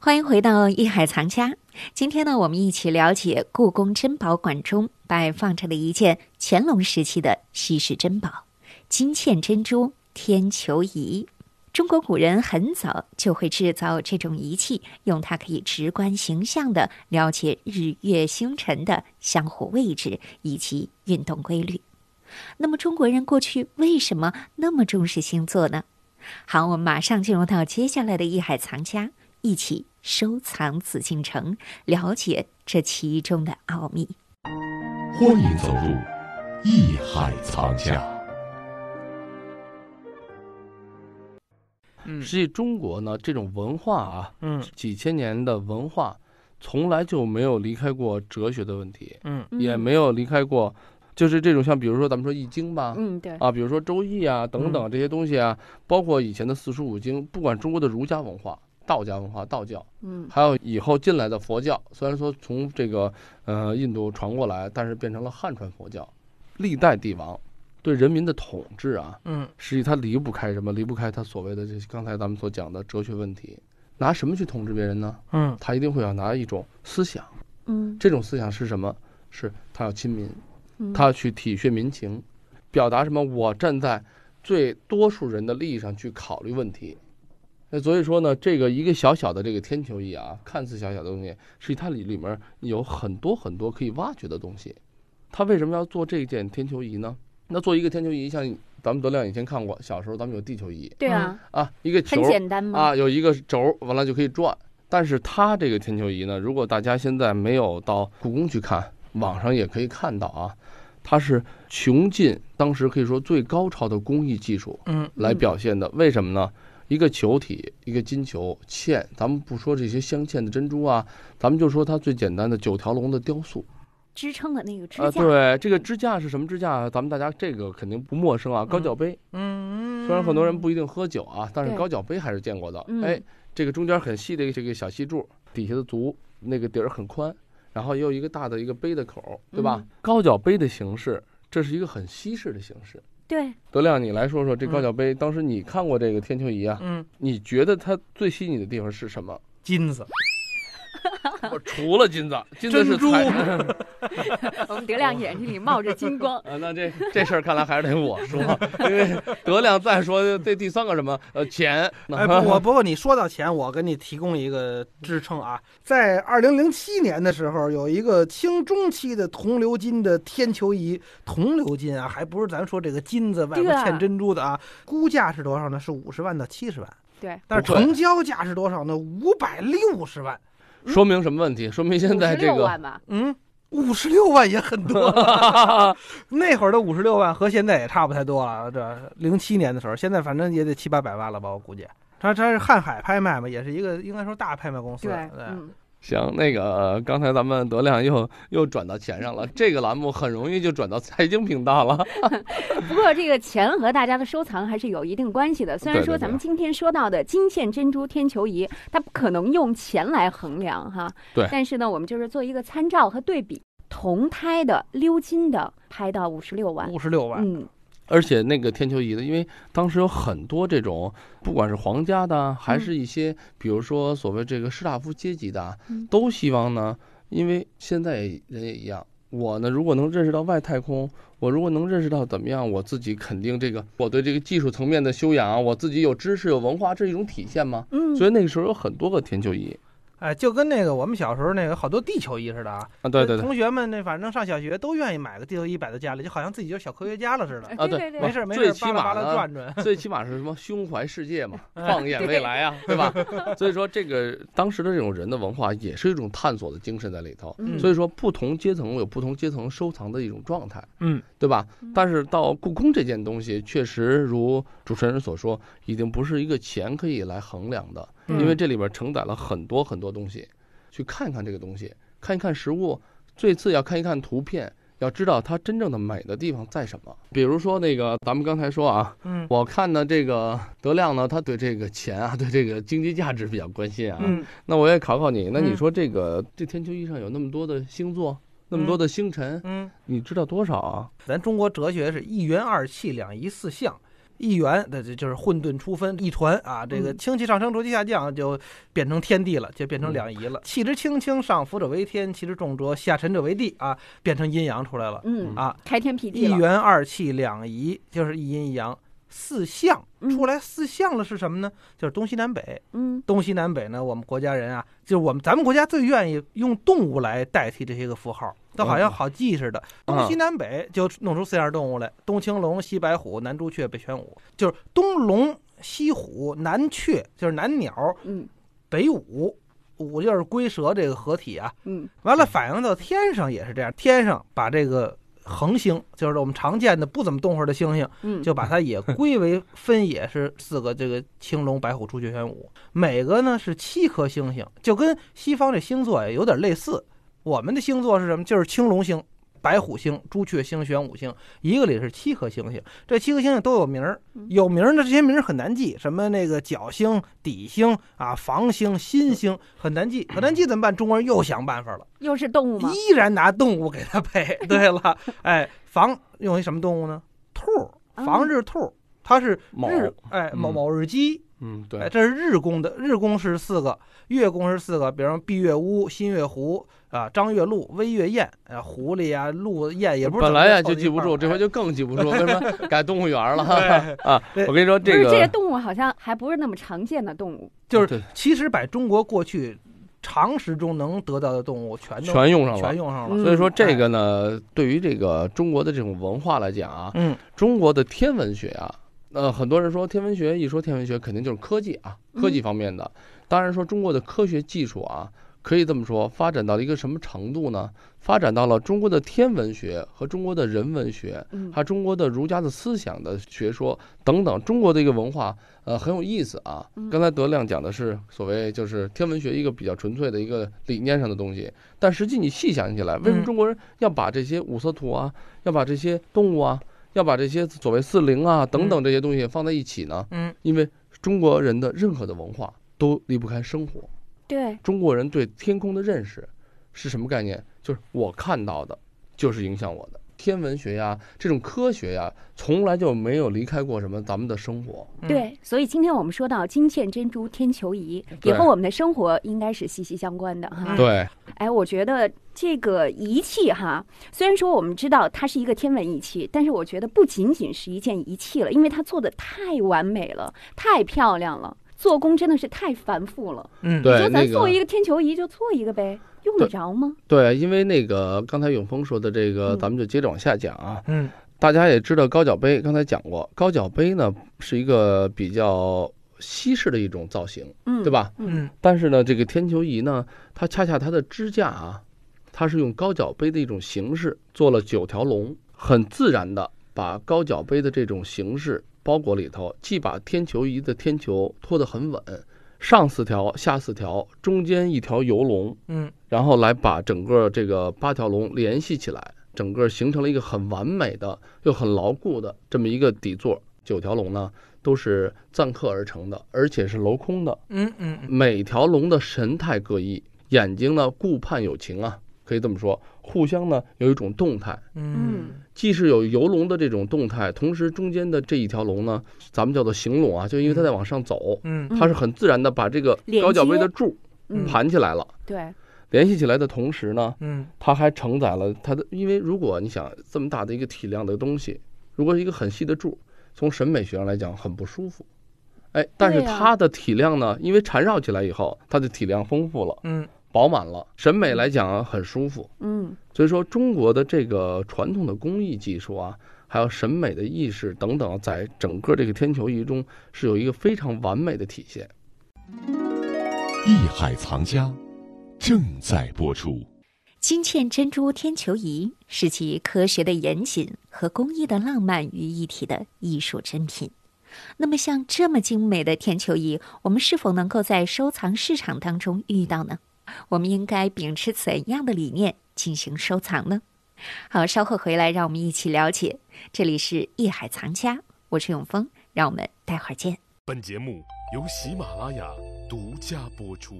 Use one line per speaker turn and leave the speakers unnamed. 欢迎回到《艺海藏家》。今天呢，我们一起了解故宫珍宝馆中摆放着的一件乾隆时期的稀世珍宝——金嵌珍珠天球仪。中国古人很早就会制造这种仪器，用它可以直观形象地了解日月星辰的相互位置以及运动规律。那么，中国人过去为什么那么重视星座呢？好，我们马上进入到接下来的《艺海藏家》。一起收藏紫禁城，了解这其中的奥秘。
欢迎走入艺海藏家。
嗯
实际中国呢，这种文化啊，
嗯
几千年的文化，从来就没有离开过哲学的问题，
嗯
也没有离开过，就是这种像比如说咱们说易经吧，
嗯，对，嗯
啊，比如说《周易》啊等等这些东西啊，包括以前的四书五经，不管中国的儒家文化、道家文化、道教，
嗯
还有以后进来的佛教，虽然说从这个呃印度传过来，但是变成了汉传佛教，历代帝王对人民的统治啊，
嗯
实际它离不开什么？离不开它所谓的这刚才咱们所讲的哲学问题。拿什么去统治别人呢？
嗯
他一定会要拿一种思想，
嗯
这种思想是什么？是他要亲民，
嗯
他要去体恤民情，表达什么？我站在最多数人的利益上去考虑问题。那所以说呢，这个一个小小的这个天球仪啊，看似小小的东西，实际它里里面有很多很多可以挖掘的东西。他为什么要做这件天球仪呢？那做一个天球仪，像咱们德亮以前看过，小时候咱们有地球仪
对啊，
啊，一个球
很简单嘛，
啊，有一个轴儿，完了就可以转。但是它这个天球仪呢，如果大家现在没有到故宫去看，网上也可以看到啊，它是穷尽当时可以说最高超的工艺技术
嗯
来表现的。为什么呢？一个球体，一个金球嵌，咱们不说这些镶嵌的珍珠啊，咱们就说它最简单的九条龙的雕塑。
支撑的那个支
啊，
架，
对，这个支架是什么支架啊？咱们大家这个肯定不陌生啊，高脚杯。
嗯，
虽然很多人不一定喝酒啊，但是
对
高脚杯还是见过的。
嗯
哎，这个中间很细的一个这个小细柱，底下的足那个底儿很宽，然后也有一个大的一个杯的口儿，对吧？
嗯
高脚杯的形式，这是一个很西式的形式。
对，
德亮，你来说说这高脚杯，当时你看过这个天球仪啊？
嗯
你觉得它最吸引你的地方是 什么？
金子
我除了金子，金子是
珍珠
财
我们德亮眼睛里冒着金光
，啊，那这这事儿看来还是得我 说，因为德亮再说这第三个什么呃钱，
哎，不 我不过你说到钱，我给你提供一个支撑啊，在二零零七年的时候，有一个清中期的铜鎏金的天球仪，铜鎏金啊，还不是咱说这个金子外
对
边
啊
嵌珍珠的啊，估价是多少呢？是五十万到七十万。
对，
但是
不贵
成交价是多少呢？五百六十万。
说明什么问题？说明现在这
56
个
万吧，
嗯，五十六万也很 多 了，那会儿的五十六万和现在也差不太多了。这零七年的时候，现在反正也得七八百万了吧，我估计。它它是瀚海拍卖嘛，也是一个应该说大拍卖公司。
对，
对，
嗯，
行，那个、呃刚才咱们德亮又又转到钱上了，这个栏目很容易就转到财经频道了。
不过这个钱和大家的收藏还是有一定关系的。虽然
对对
说
对
咱们今天说到的金线珍珠天球仪，它不可能用钱来衡量哈，
对
但是呢，我们就是做一个参照和对比，铜胎的鎏金的拍到五十六万，
五十六万。
嗯，
而且那个天球仪的，因为当时有很多这种，不管是皇家的啊，还是一些、比如说所谓这个士大夫阶级的啊
嗯，
都希望呢，因为现在人也一样，我呢如果能认识到外太空，我如果能认识到怎么样，我自己肯定这个我对这个技术层面的修养啊，我自己有知识有文化，这是一种体现嘛。
嗯，
所以那个时候有很多个天球仪
哎，就跟那个我们小时候那个好多地球仪似的啊。
啊，对对
嗯
对。
同学们那反正上小学都愿意买个地球仪摆在家里，就好像自己就是小科学家了似的。
啊，
对哎对对
不
没事没
最
事，
起
巴拉巴
码
拉
呢，
转转。
最起码是什么胸怀世界嘛，放眼未来啊，对吧？所以说，这个当时的这种人的文化也是一种探索的精神在里头。
嗯
所以说，不同阶层有不同阶层收藏的一种状态，
嗯，
对吧
嗯？
但是到故宫这件东西，确实如主持人所说，已经不是一个钱可以来衡量的，
嗯
因为这里边承载了很多很多东西。去看看这个东西，看一看实物，最次要看一看图片，要知道它真正的美的地方在什么。比如说那个，咱们刚才说啊，
嗯
我看呢，这个德亮呢，他对这个钱啊，对这个经济价值比较关心啊。
嗯
那我也考考你，那你
嗯
说这个、这天球仪上有那么多的星座，那么多的星辰，
嗯。
你知道多少啊？
咱中国哲学是一元二气两仪四象，一元的这就是混沌初分一团啊，这个
嗯
氢气上升，浊气下降，就变成天地了，就变成两仪了。气之清清，上浮者为天，气之重浊，下沉者为地啊，变成阴阳出来了
嗯，
啊。
开天辟
一
地了，
元二气两仪就是一阴一阳四象，出来四象了是什么呢？就是东西南北。
嗯
东西南北呢，我们国家人啊，就是我们咱们国家最愿意用动物来代替这些个符号，都好像好记似的。
嗯
东西南北就弄出四样动物来：东青龙、西白虎、南朱雀、北玄武，就是东龙、西虎、南雀，就是南鸟、
嗯
北舞，舞就是龟蛇这个合体啊。
嗯
完了，反映到天上也是这样，天上把这个恒星，就是我们常见的不怎么动会儿的星星，
嗯，
就把它也归为分野是四个这个青龙、白虎、朱雀、玄武，每个呢是七颗星星，就跟西方这星座也有点类似。我们的星座是什么？就是青龙星、白虎星、朱雀星、玄武星，一个里是七颗星星。这七颗星星都有名儿
嗯，
有名儿的这些名儿很难记，什么那个角星、底星啊、房星、心星，很难记，很难记怎么办？中国人又想办法了。
又是动物吗？
依然拿动物给它配。对了，哎，防用一什么动物呢？兔儿，
啊
防日兔儿。它是
卯
日，哎，
嗯
卯卯日鸡，
嗯，
哎，
对，
这是日宫的，日宫是四个，月宫是四个，比方闭月乌、新月狐啊、张月鹿、微月雁，啊，狐狸啊、鹿、雁也不是
本
怎么
来呀啊
凑
就
在
记不
一块儿
住，这回就更记不 住，为什么改动物园了？
哎哎
啊，
对
我跟你说
不是
这
这些
个啊
动物好像还不是那么常见的动物，
就是
对
哎其实把中国过去常识中能得到的动物全都
全用上
全
了。
用上
嗯
了，
所以说这个呢，对于这个中国的这种文化来讲啊，
嗯，
中国的天文学啊，呃，很多人说天文学，一说天文学，肯定就是科技啊，
嗯
科技方面的。当然说中国的科学技术啊，可以这么说，发展到了一个什么程度呢？发展到了中国的天文学和中国的人文学，
嗯
还有中国的儒家的思想的学说等等，中国的一个文化，呃，很有意思啊
嗯。
刚才德亮讲的是所谓就是天文学一个比较纯粹的一个理念上的东西，但实际你细想起来，为什
嗯
么中国人要把这些五色土啊，要把这些动物啊，要把这些所谓四灵啊等等这些东西放在一起呢？
嗯，
因为中国人的任何的文化都离不开生活。
对，
中国人对天空的认识是什么概念？就是我看到的，就是影响我的。天文学呀，这种科学呀，从来就没有离开过什么咱们的生活。
嗯，
对，所以今天我们说到金嵌珍珠天球仪，也
对
和我们的生活应该是息息相关的哈。
嗯
对，
哎，我觉得这个仪器哈，虽然说我们知道它是一个天文仪器，但是我觉得不仅仅是一件仪器了，因为它做的太完美了，太漂亮了，做工真的是太繁复了。
嗯，
对
你说
那
咱
个
做一个天球仪就做一个呗，用得着吗？
对，因为那个刚才永峰说的这个，
嗯
咱们就接着往下讲啊。
嗯
大家也知道高脚杯，刚才讲过，高脚杯呢是一个比较西式的一种造型，
嗯，
对？吧？
嗯
但是呢，这个天球仪呢，它恰恰它的支架啊，它是用高脚杯的一种形式做了九条龙，很自然的把高脚杯的这种形式包裹里头，既把天球仪的天球托得很稳，上四条，下四条，中间一条游龙，
嗯
然后来把整个这个八条龙联系起来，整个形成了一个很完美的又很牢固的这么一个底座。九条龙呢都是錾刻而成的，而且是镂空的，
嗯嗯嗯，
每条龙的神态各异，眼睛呢顾盼有情啊，可以这么说，互相呢有一种动态。
嗯
既是有游龙的这种动态，同时中间的这一条龙呢，咱们叫做行龙啊，就因为它在往上走，
嗯
它是很自然的把这个
连接
高脚杯的柱
嗯，
盘起来了，
对，
联系起来的同时呢，
嗯
它还承载了它的，因为如果你想这么大的一个体量的东西，如果一个很细的柱，从审美学上来讲很不舒服。哎，但是
对呀
它的体量呢，因为缠绕起来以后，它的体量丰富了，
嗯
饱满了，审美来讲啊很舒服。
嗯
所以说，中国的这个传统的工艺技术啊，还有审美的意识等等，在整个这个天球仪中是有一个非常完美的体现。
艺海藏家正在播出。
金嵌珍珠天球仪是集科学的严谨和工艺的浪漫于一体的艺术珍品。那么，像这么精美的天球仪，我们是否能够在收藏市场当中遇到呢？我们应该秉持怎样的理念进行收藏呢？好，稍后回来，让我们一起了解。这里是艺海藏家，我是永峰，让我们待会儿见。
本节目由喜马拉雅独家播出。